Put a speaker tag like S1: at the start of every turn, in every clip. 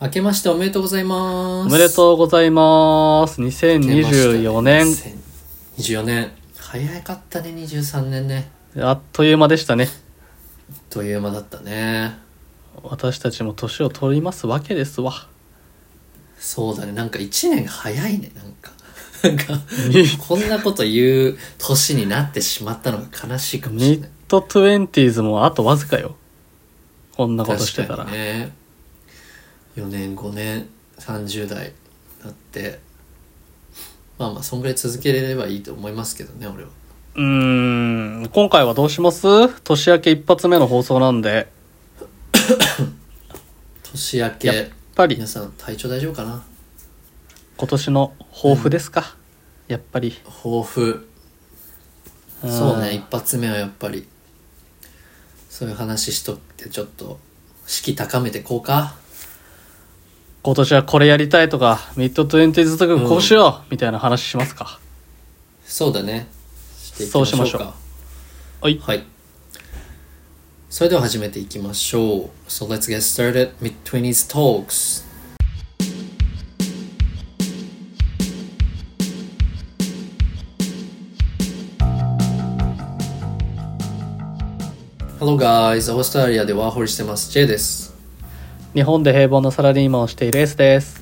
S1: 明けましておめでとうございま
S2: お
S1: す。
S2: めでとうございます。2024年、
S1: 24年。早かったね、23年ね。
S2: あっという間でしたね。
S1: という間だったね。
S2: 私たちも年を取りますわけですわ。
S1: そうだね、なんか1年早いね、なんか。 なんか、こんなこと言う年になってしまったのが悲しいかもしれ
S2: ミ
S1: な
S2: ッ
S1: い。
S2: ドトゥエンティーズもあとわずかよ。こんなことしてたら。
S1: 確かにね。4年、5年、30代だって。まあまあ、そんぐらい続けれればいいと思いますけどね、俺は。
S2: うーん、今回はどうします年明け一発目の放送なんで。やっ
S1: 年明け、
S2: ぱり
S1: 皆さん体調大丈夫かな
S2: 今年の抱負ですか。やっぱり。
S1: 抱負
S2: ん
S1: そうね一発目はやっぱりそういう話しとってちょっと士気高めてこうか
S2: 今年はこれやりたいとか、ミッドトゥエンティーズとかこうしようみたいな話しますか。
S1: そうだねしていき
S2: そ
S1: ま
S2: う
S1: し
S2: し
S1: ょうか
S2: ましょうはい。
S1: はいそれでは始めていきましょう So let's get started Mid-20s Talks ハローガイズオーストラリアでワーホリしてます J です
S2: 日本で平凡なサラリーマンをしているエースです。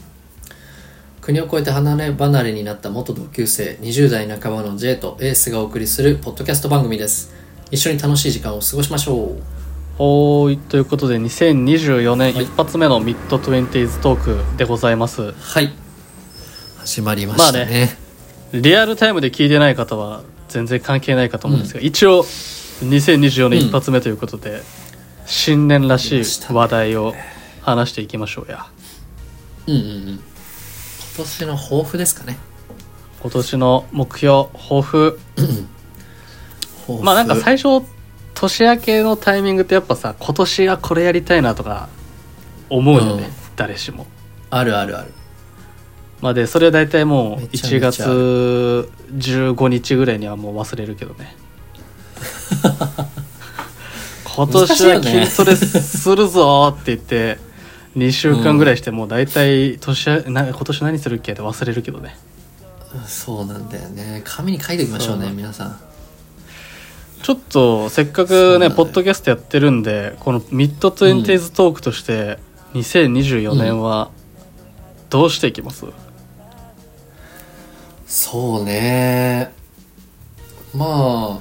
S1: 国を越えて離れ離れになった元同級生20代半ばの J とエースがお送りするポッドキャスト番組です一緒に楽しい時間を過ごしましょう
S2: おーいということで2024年
S1: はい
S2: 一発目のミッドトゥエンティーズトークでございます
S1: はい始まりましたね,、
S2: まあリアルタイムで聞いてない方は全然関係ないかと思うんですが、一応2024年一発目ということで、新年らしい話題を話していきましょうや
S1: うんうんうん今年の抱負ですかね
S2: 今年の目標抱負
S1: 抱負
S2: まあなんか最初年明けのタイミングってやっぱさ今年はこれやりたいなとか思うよね、
S1: うん
S2: 誰しも
S1: あるあるある
S2: まあでそれは大体もう
S1: めちゃめ
S2: 1
S1: ちゃあ
S2: 月15日ぐらいにはもう忘れるけどね 今年は筋トレするぞって言って2週間ぐらいしてもう大体年明な今年何するっけって忘れるけどね
S1: そうなんだよね紙に書いておきましょうね
S2: そう
S1: 皆さん
S2: ちょっとせっか
S1: そうな
S2: く
S1: んだ
S2: ね
S1: よ
S2: ポッドキャストやってるんでこのミッドトゥエンティーズトークとして2024年はどうしていきます、
S1: そうねまあ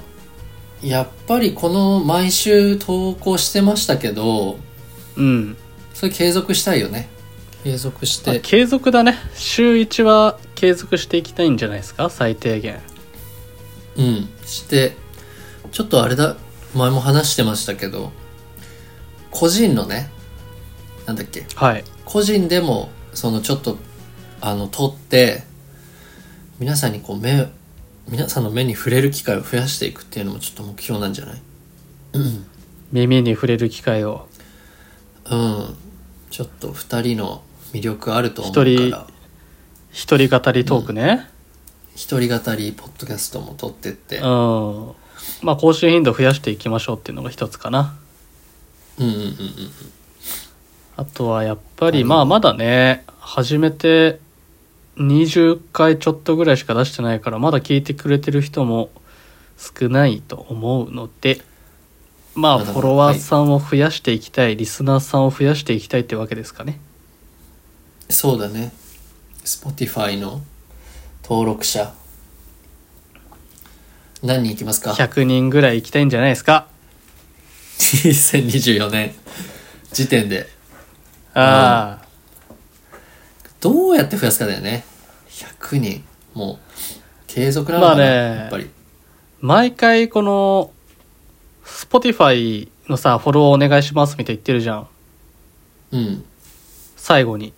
S1: やっぱりこの毎週投稿してましたけど
S2: うん
S1: それ継続したいよね継続し
S2: まあ
S1: て
S2: 継続だね週1は継続していきたいんじゃないですか最低限
S1: うんしてちょっとあれだ前も話してましたけど個人のねなんだっけ
S2: はい
S1: 個人でもそのちょっとあの撮って皆さんにこう目皆さんの目に触れる機会を増やしていくっていうのもちょっと目標なんじゃない
S2: 耳に触れる機会を
S1: うんちょっと2人の魅力あると思うか
S2: 一
S1: ら
S2: 人一人語りトークね
S1: 一人語りポッドキャストも撮ってって
S2: うん、まあ更新頻度増やしていきましょうっていうのが一つかな
S1: うんうんうんうん
S2: あとはやっぱりまあまだね始めて20回ちょっとぐらいしか出してないからまだ聞いてくれてる人も少ないと思うのでまあ
S1: まだまだ
S2: フォロワーさんを増やしていきたいリスナーさんを増やしていきたいってわけですかね
S1: そうだね Spotify の登録者何人いきますか
S2: 100人ぐらい行きたいんじゃないですか
S1: 2024年時点で
S2: ああ、
S1: どうやって増やすかだよね100人もう継続なのかな、
S2: まあね
S1: やっぱり
S2: 毎回この Spotify のさフォローお願いしますみたいに言ってるじゃん
S1: うん
S2: 最後に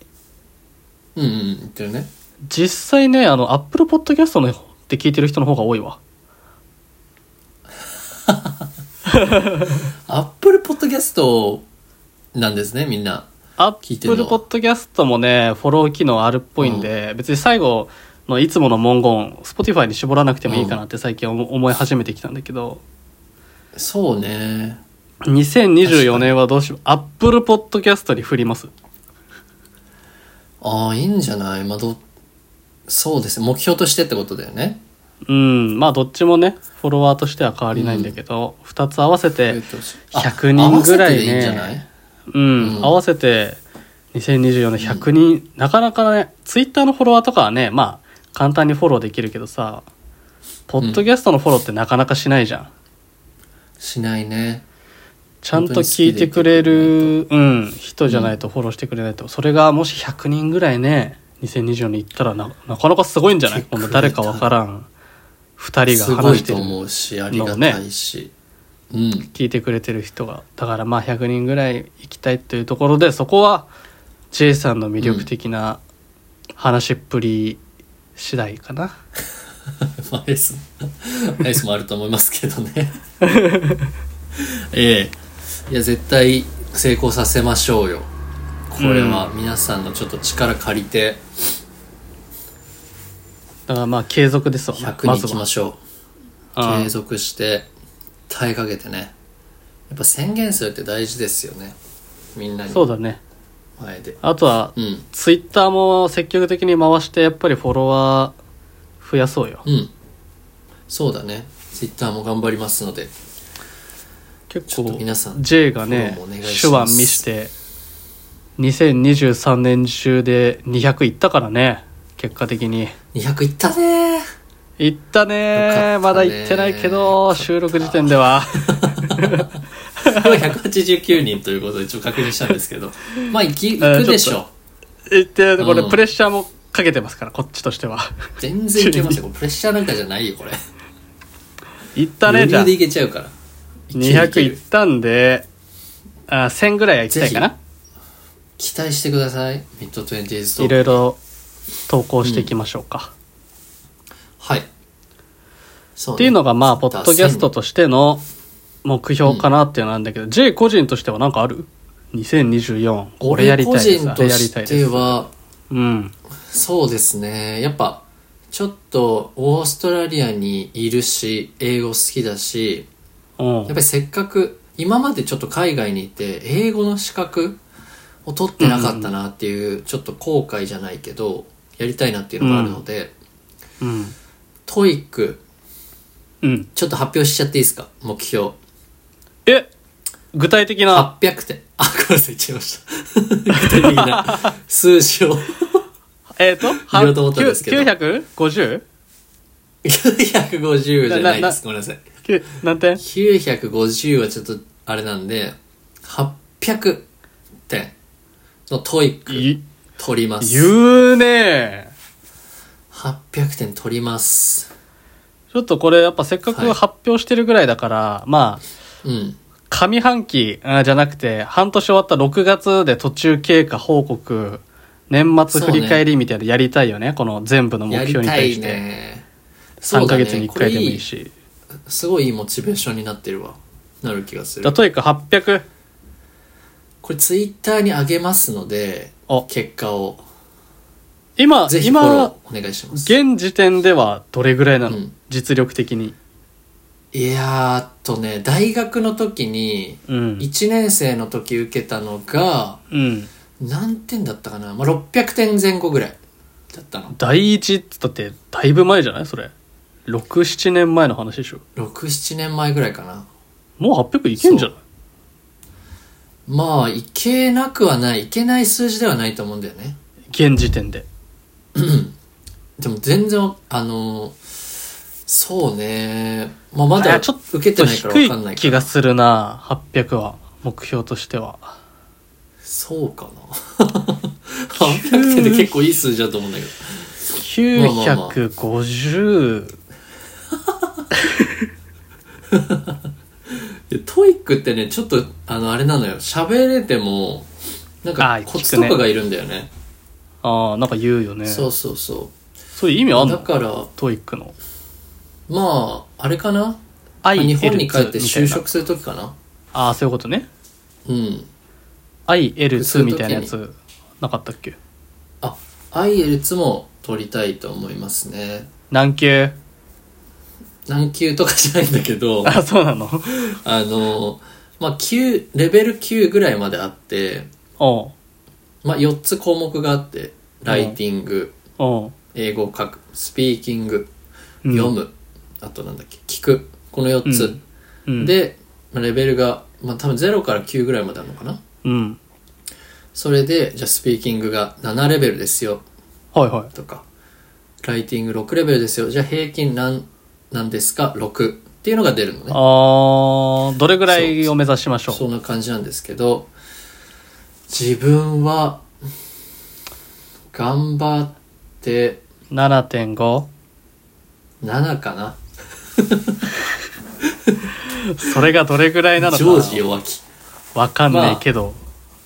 S1: うんうん言ってるね
S2: 実際ねあの Apple Podcast のって聞いてる人の方が多いわ
S1: アップルポッドキャストなんですねみんな
S2: Apple
S1: 聞いてるのは
S2: Podcast もねフォロー機能あるっぽいんで、別に最後のいつもの文言 Spotify に絞らなくてもいいかなって最近思思い始めてきたんだけど
S1: そうね
S2: 2024年はどうしよう Apple Podcast に振ります
S1: ああいいんじゃないまあどうそうですね目標としてってことだよね
S2: うんまあどっちもねフォロワーとしては変わりないんだけど、二2つ合わせ
S1: 言
S2: て
S1: ってほしいあ
S2: 100人ぐらい
S1: 合
S2: ね
S1: わせてでいいんじゃない
S2: うん、
S1: うん
S2: 合わせて2024年100人、なかなかねツイッターのフォロワーとかはねまあ簡単にフォローできるけどさポッドキャストのフォローってなかなかしないじゃん、
S1: しないね
S2: ちゃんと聞いてくれる、うん、人じゃないとフォローしてくれないと、それがもし100人ぐらいね2024に行ったらななかなかすごいんじゃない
S1: 来てく
S2: こ
S1: れ
S2: の
S1: た
S2: 誰かわからん2人
S1: す
S2: が
S1: ご
S2: 話
S1: い
S2: して
S1: と
S2: る
S1: 思うしありがたいし、うん
S2: 聞いてくれてる人がだからまあ100人ぐらい行きたいというところでそこは J さんの魅力的な話っぷり次第かな、
S1: まあアイス アイスもあると思いますけどね ええいや絶対成功させましょうよこれは皆さんのちょっと力借りて
S2: だからまあ継続ですわ
S1: 100に
S2: な
S1: 行き
S2: ま
S1: ま
S2: ず
S1: しょう、
S2: は、う
S1: 継
S2: ん
S1: 続して耐えかけてねやっぱ宣言するって大事ですよねみんなに
S2: そうだね
S1: 前で
S2: あとは
S1: うん
S2: ツイッターも積極的に回してやっぱりフォロワー増やそうよ
S1: うんそうだね Twitter も頑張りますので
S2: 結
S1: ちょっと
S2: 構
S1: 皆さん
S2: J がね
S1: フォローもお願いし
S2: 手
S1: ま
S2: 腕
S1: す
S2: 見して2023年中で200いったからね結果的に
S1: 200いったね
S2: 行ったね
S1: よかったね
S2: まだ行ってないけど収録時点では
S1: これ189人ということで一応確認したんですけ どまあいきい
S2: えー
S1: くでし
S2: ちょ
S1: ょ
S2: 行ってこれ
S1: うん
S2: プレッシャーもかけてますからこっちとしては
S1: 全然いけますよこれプレッシャーなんかじゃないよこれ
S2: 行ったねじゃあ
S1: 余裕でいけちゃうからいけ
S2: 200
S1: るいけ
S2: 行
S1: る
S2: ったんであ1000ぐらいは行きたいかな
S1: 期待してくださいミッドトゥエンティーズと
S2: いろいろ投稿していきましょうか、
S1: はいそね
S2: っていうのがまあポッドキャストとしての目標かなっていうのなんだけど、J 個人としては何かある ?2024 これや
S1: 俺
S2: りたい
S1: 個
S2: です
S1: 人
S2: あれ
S1: と
S2: やりたい
S1: し
S2: で
S1: て
S2: す
S1: は
S2: うん
S1: そうですねやっぱちょっとオーストラリアにいるし英語好きだし
S2: うん
S1: やっぱりせっかく今までちょっと海外にいて英語の資格を取ってなかったなっていうちょっと後悔じゃないけどやりたいなっていうのがあるので、
S2: うん
S1: トイック
S2: うん
S1: ちょっと発表しちゃっていいですか目標
S2: え具体的な
S1: 800点あごめんなさい言っちゃいました具体的 な数字を
S2: えっ、ー、と、
S1: 言おうと思ったんですけど
S2: 950?
S1: 950じゃないですごめんなさい
S2: き何点
S1: 950はちょっとあれなんで800点のトイック
S2: い
S1: 取ります
S2: 言うね
S1: 800点取ります
S2: ちょっとこれやっぱせっか
S1: は
S2: く
S1: い
S2: 発表してるぐらいだから、まあ、
S1: うん
S2: 上半期あじゃなくて、半年終わった6月で途中経過報告、年末振り返りみたいなのやりたいよね、この全部の目
S1: やり
S2: 標に
S1: た
S2: 対
S1: い
S2: して。
S1: ねそ
S2: 3
S1: うだ
S2: ヶ
S1: ね
S2: 月に1回でもいい
S1: こ
S2: し。
S1: れいいすごいいいモチベーションになってるわなる気がする
S2: だとにかく800。
S1: これツイッターに上げますので
S2: あ
S1: 結果を
S2: 今、
S1: ぜひフォ
S2: 今、
S1: ローお願いします
S2: 現時点ではどれぐらいなの、
S1: うん
S2: 実力的に。
S1: いやーっとね大学の時に
S2: うん。
S1: 1年生の時受けたのが
S2: うん。
S1: 何点だったかな、まあ、600点前後ぐらいだったの
S2: 第一ってだってだいぶ前じゃないそれ67年前の話でしょ
S1: 67年前ぐらいかな
S2: もう800いけんじゃない
S1: まあいけなくはないいけない数字ではないと思うんだよね
S2: 現時点で
S1: でも全然あのそうね、まあ、ま
S2: い
S1: だ
S2: やちょっ
S1: 受けてないから
S2: 低
S1: 分かんないい
S2: 気
S1: から
S2: がするな800は目標としては
S1: そうかな800点って結構いい数字だと思うんだけどまあまあまあ
S2: 950
S1: でトイックってねちょっとあのあれなのよ喋れてもなん
S2: あ
S1: か
S2: ー
S1: コツ
S2: 聞
S1: と
S2: くね
S1: かがいるんだよね
S2: ああなんか言うよね
S1: そうそうそ
S2: そういう意味あ
S1: うんだ
S2: の
S1: から
S2: トイックの
S1: まああれかなまあ
S2: IELTS
S1: 日本に帰って就
S2: みたいな
S1: 職する時かな
S2: ああそういうことね
S1: うん
S2: IL2 みたいなやつなかったっけ
S1: あ IELTS も取りたいと思いますね
S2: 何級
S1: 何級とかじゃないんだけど
S2: あそう なの
S1: あのまあ9レベル9ぐらいまであって
S2: おう
S1: まあ4つ項目があってライティング、
S2: うん
S1: 英語を書くスピーキング、
S2: うん
S1: 読むあとなんだっけ聞くこの4つ、
S2: うん
S1: で、まあレベルが、まあ、多分0から9ぐらいまであるのかな
S2: うん
S1: それでじゃあスピーキングが7レベルですよ
S2: はいはい
S1: とかライティング6レベルですよじゃあ平均何なんですか6っていうのが出るのね
S2: あーどれぐらいを目指しましょう
S1: そんな感じなんですけど自分は頑張って
S2: 7.5
S1: 7かな
S2: それがどれぐらいなの
S1: ジョー
S2: か
S1: ジ弱気
S2: わかんないけど、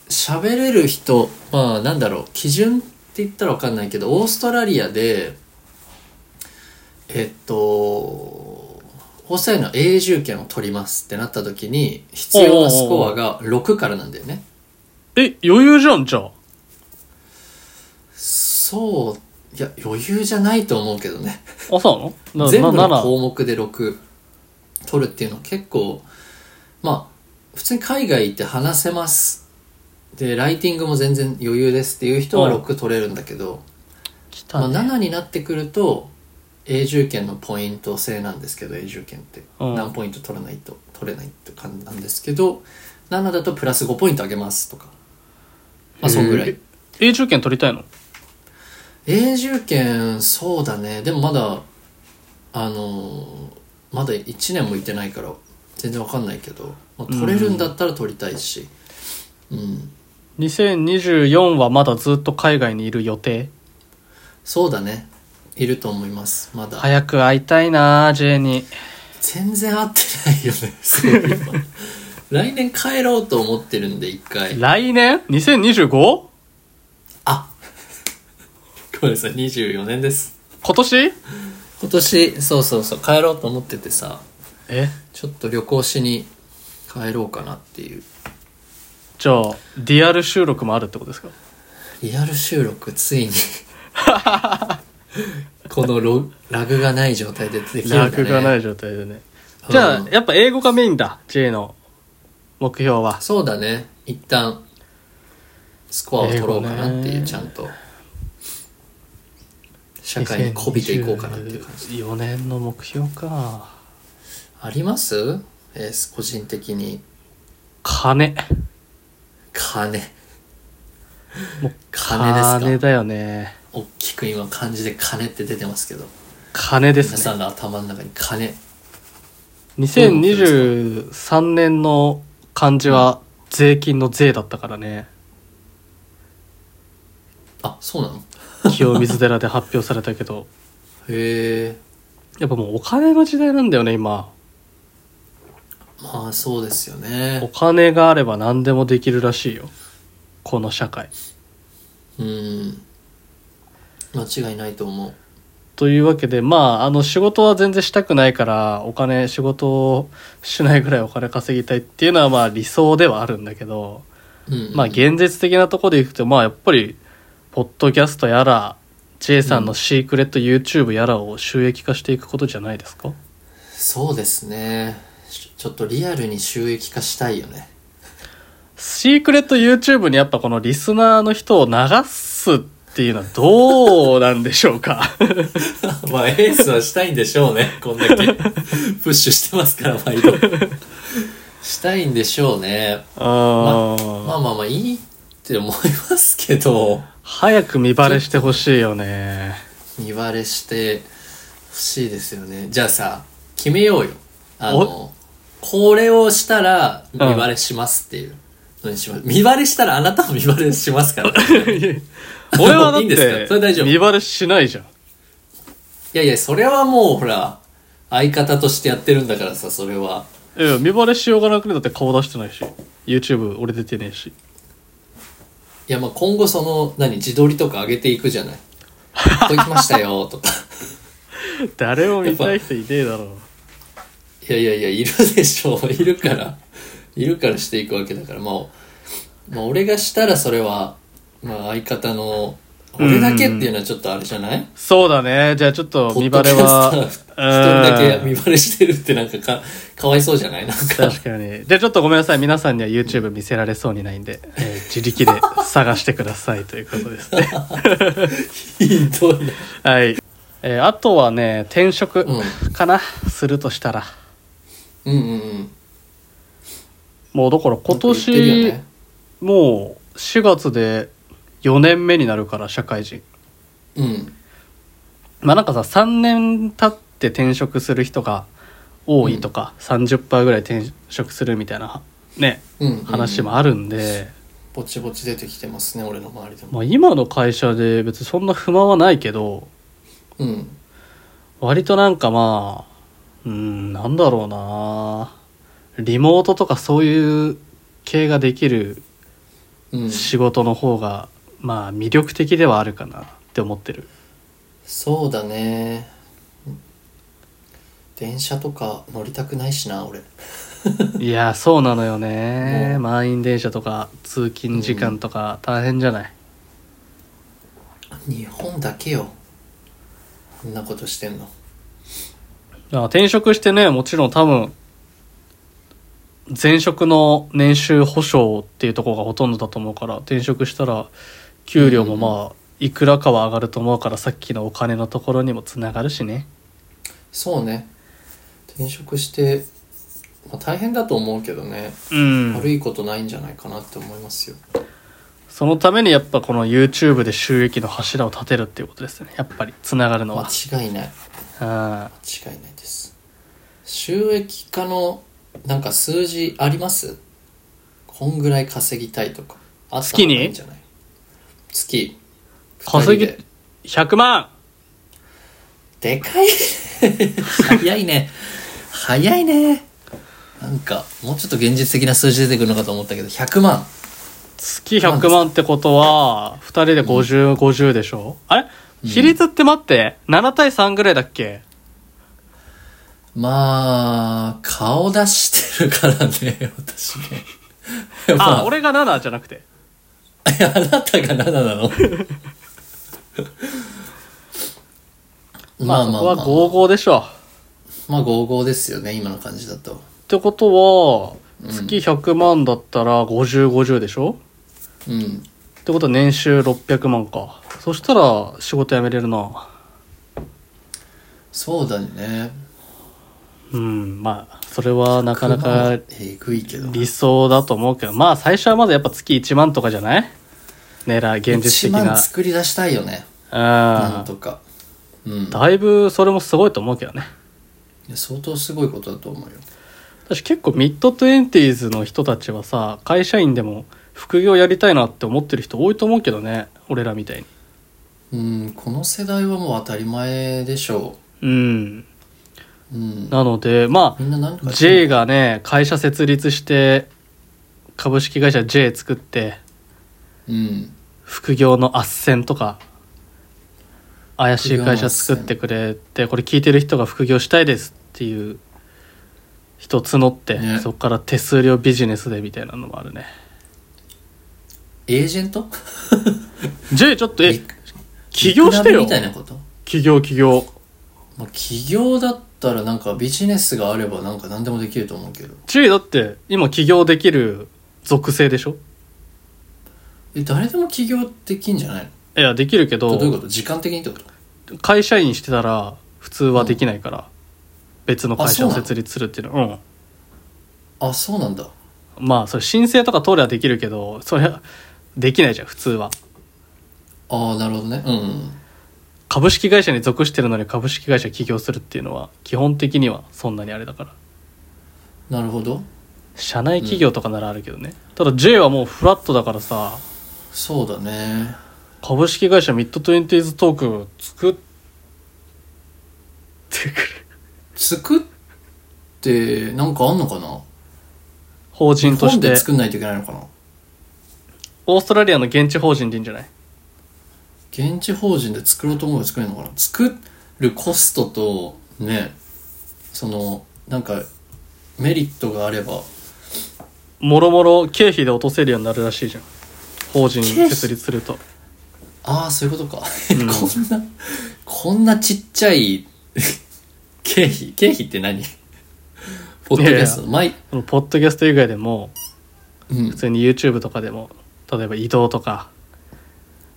S1: 喋れる人まあなんだろう基準って言ったら分かんないけどオーストラリアでえっとオーストラリアの永住権を取りますってなった時に必要なスコアが6からなんだよね
S2: え余裕じゃんじゃあ
S1: そういや余裕じゃないと思うけどね
S2: あそうなの
S1: 全部
S2: な
S1: の
S2: な
S1: 項目で6取るっていうのは結構まあ普通に海外行って話せますでライティングも全然余裕ですっていう人は6取れるんだけど、
S2: 来
S1: ま
S2: た
S1: あ、
S2: ね、
S1: 7になってくると永住権のポイント制なんですけど永住権って
S2: うん
S1: 何ポイント取らないと取れないって感じなんですけど7だとプラス5ポイントあげますとかまあそんぐらい
S2: 永住権取りたいの
S1: 永住権そうだねでもまだあのーまだ1年もいてないから全然わかんないけど、まあ、取れるんだったら取りたいしうん、
S2: 2024はまだずっと海外にいる予定
S1: そうだねいると思いますまだ
S2: 早く会いたいなあ J に
S1: 全然合ってないよね そういえば来年帰ろうと思ってるんで一回
S2: 来年 2025?
S1: あごめんなさい24年です
S2: 今年
S1: 今年そうそうそう帰ろうと思っててさ
S2: え
S1: ちょっと旅行しに帰ろうかなっていう
S2: じゃあリアル収録もあるってことですか
S1: リアル収録ついに このロラグがない状態でできるんだね
S2: ラグがない状態でねじゃ
S1: う
S2: あ
S1: ん
S2: やっぱ英語がメインだ J の目標は
S1: そうだね一旦スコアを取ろうかなって
S2: 英語
S1: いう
S2: ね
S1: ちゃんと社会に媚びていこうかなっていう感じ
S2: 4年の目標か
S1: ありますえー個人的に
S2: 金
S1: 金
S2: もう
S1: 金ですか
S2: 金だよね
S1: 大きく今漢字で金って出てますけど
S2: 金で
S1: 皆
S2: すね
S1: さんの頭の中に金
S2: 2023年の漢字は税金の税だったからね
S1: あそうなの
S2: 清水寺で発表されたけ ど
S1: へえ
S2: やっぱもうお金の時代なんだよね今
S1: まあそうですよ
S2: お
S1: ね
S2: 金があれば何でもできるらしいよこの社会
S1: うん間違いないと思う
S2: というわけでまああの仕事は全然したくないからお金仕事をしないぐらいお金稼ぎたいっていうのはまあ理想ではあるんだけど
S1: うん
S2: まあ現実的なところでいくとまあやっぱりポッドキャストやら J さんのシークレット YouTube やらを収益化していくことじゃないですか
S1: そうですねしちょっとリアルに収益化したいよね
S2: シークレット YouTube にやっぱこのリスナーの人を流すっていうのはどうなんでしょうか
S1: まあエースはしたいんでしょうねこん だけプッシュしてますから毎度したいんでしょうね
S2: あ
S1: ま
S2: ー
S1: あまあまあいいって思いますけど
S2: 早く見バレしてほしいよね
S1: 見バレしてほしいですよねじゃあさ決めようよあのこれをしたら見バレしますっていうのにします、見バレしたらあなたも見バレしますからい
S2: 俺はだっ
S1: いいんですかそれ大丈
S2: て
S1: 夫
S2: 見バレしないじゃん
S1: やいやそれはもうほら相方としてやってるんだからさそれはい
S2: や見バレしようがなくねだって顔出してないし YouTube 俺出てねえし
S1: いやまあ今後その何自撮りとか上げていくじゃないこう行きましたよとか
S2: 誰も見たい人いねえだろう
S1: いやいやいや、いるでしょ う。いるから、いるからしていくわけだから、まあ、まあ、俺がしたらそれは、まあ、相方の、俺だけっていうのはちょっとあれじゃない
S2: そうだねじゃあちょっと見バレは
S1: ポッドキャスター一人だけ見バレしてるってなんかか、かわいそうじゃないなん
S2: うん
S1: か、
S2: 確かにじゃあちょっとごめんなさい皆さんには YouTube 見せられそうにないんで、えー自力で探してくださいということで すね。
S1: ひどいな。
S2: はい。えーあとはね、転職
S1: う
S2: かな、するとしたら。
S1: うんうんうん。
S2: もうだから今
S1: なんか言って
S2: 年、
S1: るよね
S2: もう4月で4年目になるから、社会人。
S1: うん。
S2: まあなんかさ、3年経って転職する人が多いとか、30%ぐらい転職するみたいな、ね、
S1: うん、うん。
S2: 話もあるんで、
S1: ぼちぼち出てきてますね、俺の周りでも。
S2: まあ今の会社で別にそんな不満はないけど、
S1: うん。
S2: 割となんかまあ、うーん、なんだろうなリモートとかそういう系ができる
S1: うん。
S2: 仕事の方が、まあ魅力的ではあるかなって思ってる。
S1: そうだね。電車とか乗りたくないしな、俺。
S2: いや、そうなのよね
S1: も。う
S2: 満員電車とか通勤時間とか大変じゃない。
S1: 日本だけよ。こんなことしてんの。
S2: いや転職してね、もちろん多分、前職の年収保証っていうところがほとんどだと思うから、転職したら、給料もまあ、いくらかは上がると思うから、さっきのお金のところにもつながるしね。
S1: そうね。転職して、まあ、大変だと思うけどね、
S2: う
S1: 悪
S2: ん。
S1: いことないんじゃないかなって思いますよ。
S2: そのためにやっぱこの YouTube で収益の柱を立てるっていうことですね。やっぱり、つながるのは。
S1: 間違いない。
S2: あ
S1: 間違いないです。収益化の、なんか数字ありますこんぐらい稼ぎたいとか。あった方がいいんじゃない月。
S2: 稼ぎ
S1: 二人で
S2: 100万
S1: でかい早いね早いねなんかもうちょっと現実的な数字出てくるのかと思ったけど100万
S2: 月100万ってことは、2人で50、50でしょあれ比率って待って、7対3ぐらいだっけ
S1: まあ顔出してるからね私ねま
S2: あ、俺が7じゃなくて。
S1: いやあなたが7なの
S2: ま
S1: ま
S2: あ、
S1: あま
S2: そ
S1: あ
S2: こ
S1: ま
S2: は
S1: あ
S2: 55でしょ。
S1: まあ55ですよね今の感じだと
S2: ってことは、月100万だったら50、50でしょ
S1: うん
S2: ってことは年収600万か。そしたら、仕事辞めれるな。
S1: そうだね
S2: うん、まあ、それはなかなか
S1: えぐいけど
S2: 理想だと思うけど、まあ、最初はまだやっぱ月1万とかじゃない狙い、現実的
S1: 1万
S2: な。
S1: 作り出したいよねなん
S2: う
S1: とかうん
S2: ん。だいぶ、それもすごいと思うけどね。
S1: いや相当すごいことだと思うよ
S2: 私結構ミッドトゥエンティーズの人たちはさ会社員でも副業やりたいなって思ってる人多いと思うけどね俺らみたいに
S1: うんこの世代はもう当たり前でしょ
S2: うん
S1: ううん
S2: なのでま
S1: みんな何
S2: あ
S1: か
S2: J がね会社設立して株式会社 J 作って
S1: うん
S2: 副業の斡旋とか怪しい会社作ってくれてこれ聞いてる人が副業したいですっていう人募って、
S1: ね
S2: そこから手数料ビジネスでみたいなのもあるね
S1: エージェント
S2: J ちょっとえ
S1: リク
S2: 起業して
S1: リ
S2: よ
S1: クナビみたいなこと
S2: 起業起業
S1: まあ起業だったらなんかビジネスがあればなんか何でもできると思うけど
S2: J だって今起業できる属性でしょ
S1: え誰でも起業できんじゃない
S2: いやできるけ
S1: のど
S2: ど
S1: ういうこと時間的にってこと
S2: 会社員してたら普通はできないから、別の会社を
S1: あそうなの
S2: 設立するっていうのはうん
S1: あそうなんだ
S2: まあそれ申請とか通りはできるけどそれはできないじゃん普通は
S1: ああなるほどねうんうん
S2: 株式会社に属してるのに株式会社起業するっていうのは基本的にはそんなにあれだから
S1: なるほど
S2: 社内企業とかならあるけどね、ただ J はもうフラットだからさ
S1: そうだね
S2: 株式会社ミッドトゥエンティーズトークを作ってくれ
S1: 作ってなんかあんのかな
S2: 法人とし
S1: 本
S2: て
S1: で作んないといけないのかな
S2: オーストラリアの現地法人でいいんじゃない
S1: 現地法人で作ろうと思えば作れるのかな作るコストとねそのなんかメリットがあれば
S2: もろもろ経費で落とせるようになるらしいじゃん法人
S1: 経費
S2: 設立すると
S1: ああそういうことか、 こんなこんなちっちゃい経費経費って何ポッドキャストの毎
S2: このポッドキャスト以外でも
S1: うん
S2: 普通に YouTube とかでも例えば移動とか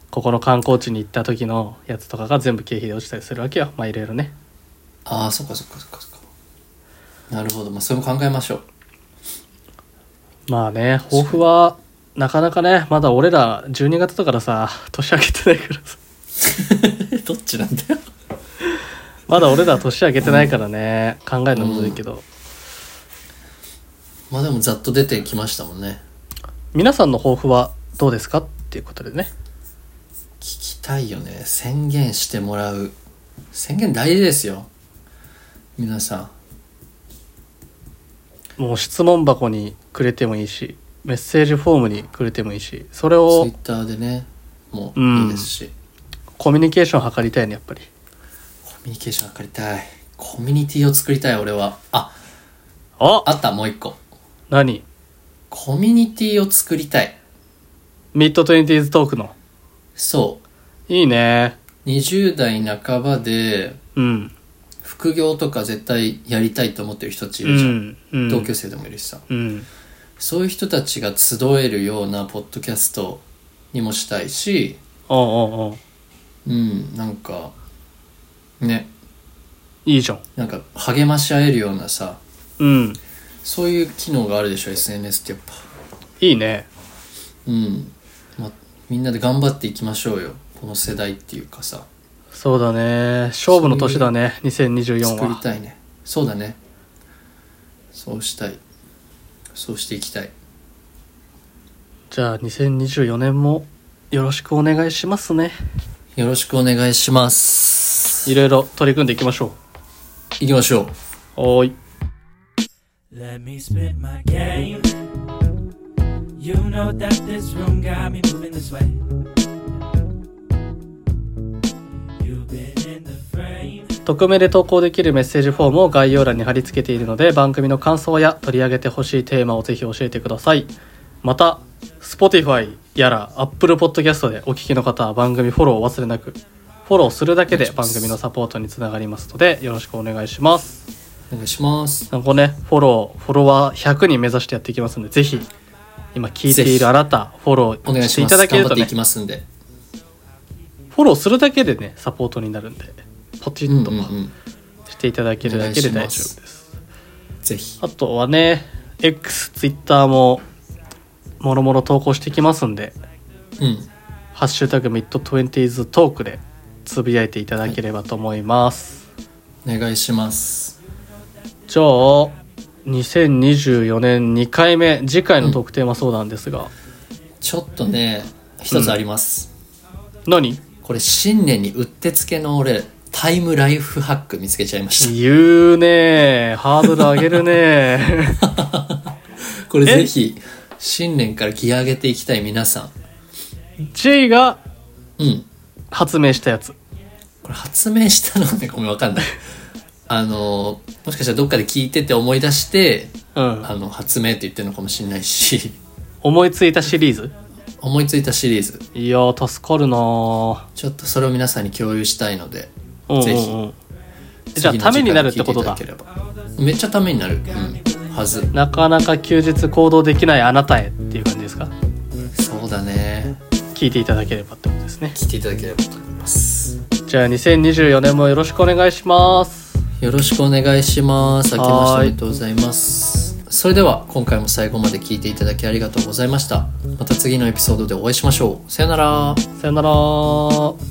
S2: ここの観光地に行った時のやつとかが全部経費で落ちたりするわけよまあいろいろね
S1: ああそっかそっかそっかそっかなるほどまあそれも考えましょう
S2: まあね抱負はなかなかねまだ俺ら12月だからさ年明けてないからさ
S1: どっちなんだよ
S2: まだ俺ら年明けてないからね、考えるのむずいけど、
S1: まあでもざっと出てきましたもんね
S2: 皆さんの抱負はどうですかっていうことでね
S1: 聞きたいよね宣言してもらう宣言大事ですよ皆さん
S2: もう質問箱にくれてもいいしメッセージフォームにくれてもいいしそれ
S1: ツイ
S2: を
S1: ッターでねもう
S2: うん
S1: いいですし、
S2: コミュニケーション図りたいねやっぱり
S1: コミュニケーション図りたいコミュニティを作りたい俺はあ
S2: あ
S1: あったもう一個
S2: 何
S1: コミュニティを作りたい
S2: ミッドトゥインティーズトークの
S1: そ
S2: いいね
S1: う20代半ばで
S2: うん
S1: 副業とか絶対やりたいと思ってる人たちいうるじゃん、
S2: んうん
S1: 同級生でもいるしさ
S2: うん
S1: そういう人たちが集えるようなポッドキャストにもしたいし
S2: おうおうお
S1: う
S2: う
S1: んなんかね
S2: いいじゃん
S1: なんか励まし合えるようなさ
S2: うん
S1: そういう機能があるでしょ SNS ってやっぱ
S2: いいね
S1: うん、ま、みんなで頑張っていきましょうよこの世代っていうかさ
S2: そうだね勝負の年だね2024
S1: 作り
S2: は
S1: たいねそうだねそうしたいそうしていきたい
S2: じゃあ2024年もよろしくお願いしますね
S1: よろしくお願いします
S2: いろいろ取り組んでいきましょ
S1: いきましょう
S2: うおーい
S3: Let me spit my game. You know that this room got me moving this way. You've been in the frame.
S2: 匿名で投稿できるメッセージフォームを概要欄に貼り付けているので番組の感想や取り上げてほしいテーマをぜひ教えてくださいまた Spotify やら Apple Podcast でお聞きの方は番組フォローを忘れなくフォローするだけで番組のサポートにつながりますのでよろしくお願いします
S1: お願いします
S2: なんかねフォローフォロワー100人目指してやっていきますのでぜひ今聞いているあなたフォロ
S1: お願
S2: ー
S1: い
S2: して
S1: し
S2: い
S1: ま
S2: た
S1: す
S2: だけ
S1: 頑張
S2: ると
S1: って
S2: ね
S1: いきますんで
S2: フォローするだけでねサポートになるんでポチ
S1: うん
S2: ッ
S1: う
S2: と
S1: んうん
S2: していただけるだけで大丈夫です、
S1: ぜひ
S2: あとはね、X、Twitter も、もろもろ投稿してきますんで、
S1: うん
S2: ハッシュタグミッドトゥエンティーズトークでつぶやいていただければと思います。
S1: お願いします
S2: じゃあ、2024年2回目、次回の特典はそうなんですが、
S1: ちょっとね一つあります、
S2: 何
S1: これ新年にうってつけの俺タイムライフハック見つけちゃいまし
S2: 言うねハードル上げるね
S1: たこれぜひ新年からギア上げていきたい皆さ
S2: J が
S1: んうん
S2: 発明したやつ。
S1: これ発明したのねごめんわかんない あのもしかしたらどっかで聞いてて思い出して
S2: うん。
S1: あの発明って言ってるのかもしれないし
S2: 思いついたシリーズ
S1: 思いついたシリーズ
S2: いやー、助かるなー
S1: ちょっとそれを皆さんに共有したいので
S2: うんうんうん
S1: ぜひ
S2: じゃあ、
S1: 次の
S2: ためになるっ
S1: 時間
S2: てこと
S1: に聞い。てい
S2: だ
S1: ただければめっちゃためになる、うん、はず
S2: なかなか休日行動できないあなたへっていう感じですか
S1: そうだね
S2: 聞いていただければってことですね
S1: 聞いていただければと思います
S2: じゃあ2024年もよろしくお願いします
S1: よろしくお願いします明けましてお
S2: はーい
S1: めでとうございますそれでは今回も最後まで聞いていただきありがとうございましたまた次のエピソードでお会いしましょうさよなら
S2: さよなら